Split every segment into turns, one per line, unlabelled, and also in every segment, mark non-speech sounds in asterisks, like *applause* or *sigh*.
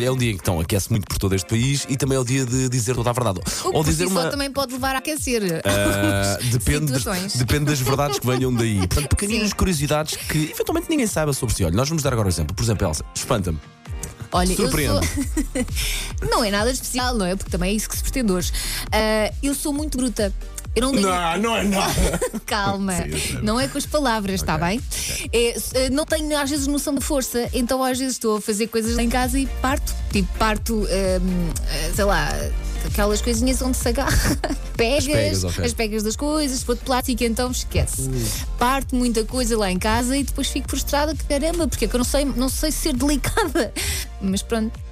É um dia que então, aquece muito por todo este país e também é o dia de dizer toda a verdade.
O que
Ou
por
dizer
si
uma.
só também pode levar a aquecer.
Ah, depende,
Situações.
depende das verdades que venham
*laughs*
daí. Portanto, pequeninas
Sim.
curiosidades que eventualmente ninguém saiba sobre si. Olha, nós vamos dar agora um exemplo. Por exemplo, Elsa, espanta-me.
*laughs* Olha,
Surpreende.
eu sou. *laughs* não é nada especial, não é? Porque também é isso que se pretende hoje. Ah, eu sou muito bruta. Eu não digo.
não é nada.
Calma,
Sim, eu sei.
não é com as palavras, está bem? É, s- eh, não tenho às vezes noção da força, então às vezes estou a fazer coisas lá em casa e parto. Tipo, parto, hum, eh, sei lá, aquelas coisinhas onde se agarra. *laughs* Pegas,
pegas, ok.
as pegas das coisas, se for de plástico, então esquece. Parto muita coisa lá em casa e depois fico frustrada, que caramba, porque é que eu não sei, não sei ser delicada. *laughs* Mas pronto,
*laughs*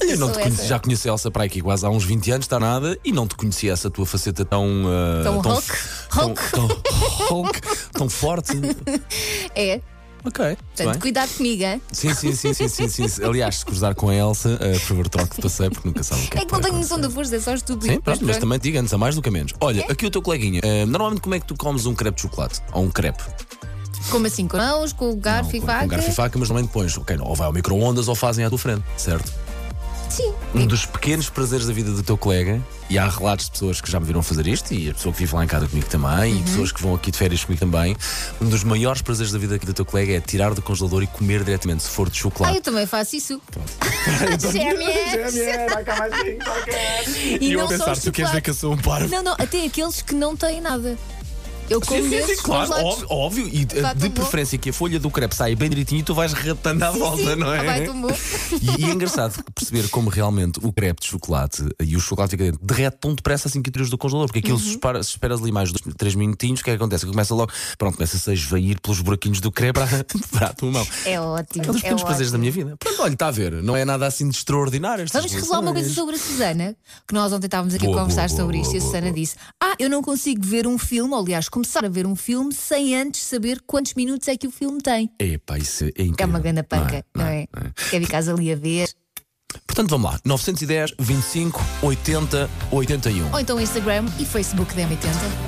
Eu não
Sou
te conheci,
essa.
já conheci a Elsa para aqui quase há uns 20 anos, está nada, e não te conhecia essa tua faceta tão. ah,
Tão Hulk.
f- Tão,
Hulk.
tão Hulk, tão forte.
é.
Ok. muito
Portanto,
bem.
cuidado comigo, hein?
Sim, sim, sim, sim, sim, sim, sim. Aliás, se cruzar com a Elsa, ah, por favor, troque de passeio, porque nunca sabe o que é
É que não
pode
tenho noção da força, é só estúpido.
Sim, pronto, mas
pronto.
também diga antes a mais do que a menos. Olha,
É?
aqui o teu coleguinha, eh, normalmente como é que tu comes um crepe de chocolate? Ou um crepe?
Como assim? Com mãos, com o garfo e
com,
faca?
com garfo e faca, mas normalmente pões, ok, não, ou vai ao micro-ondas ou fazem à tua frente, certo?
Sim.
Um dos pequenos prazeres da vida do teu colega, e há relatos de pessoas que já me viram fazer isto, e a pessoa que vive lá em casa comigo também,
Uhum.
e pessoas que vão aqui de férias comigo também, um dos maiores prazeres da vida aqui do teu colega é tirar do congelador e comer diretamente, se for de
Ah,
chocolate. Então,
eu também faço isso. Gêmeas. E não só os chocolates.
eu sou um parvo?
Não, não, até aqueles que não têm nada. Eu como
Sim, sim, sim,
esses
claro,
congelados.
óbvio, óbvio. E eh,
Vai,
de
tão bom.
preferência que a folha do crepe saia bem direitinho e tu vais ratando à volta,
Sim, Ah,
não é?
Vai, tão bom.
E, e é engraçado perceber como realmente o crepe de chocolate eh, e o chocolate fica dentro derrete tão depressa assim que tiras do congelador, porque aquilo
Uhum.
se, espera, se esperas ali mais dois, três minutinhos, o que é que acontece? Aquilo Começa logo, pronto, começa-se a esvair pelos buraquinhos do crepe *laughs* para, para a tua mão.
É
É
ótimo.
um dos
é
pequenos prazeres
ótimo.
da minha vida. Pronto, olha, está a ver, não é nada assim de extraordinário. estas
Vamos resolver uma coisa
relações.
sobre a Susana, que nós ontem estávamos aqui
Boa,
a conversar
boa, boa,
sobre isto e a
boa,
Susana
boa.
disse: Ah, eu não consigo ver um filme, ou aliás, começar a ver um filme sem antes saber quantos minutos é que o filme tem.
Epá, isso é incrível.
É uma grande
Não é?
panca, não é?
Não é?
Quer ficar ali a ver.
Portanto, vamos lá, 910, 25, 80, 81.
Ou então Instagram e Facebook da M80.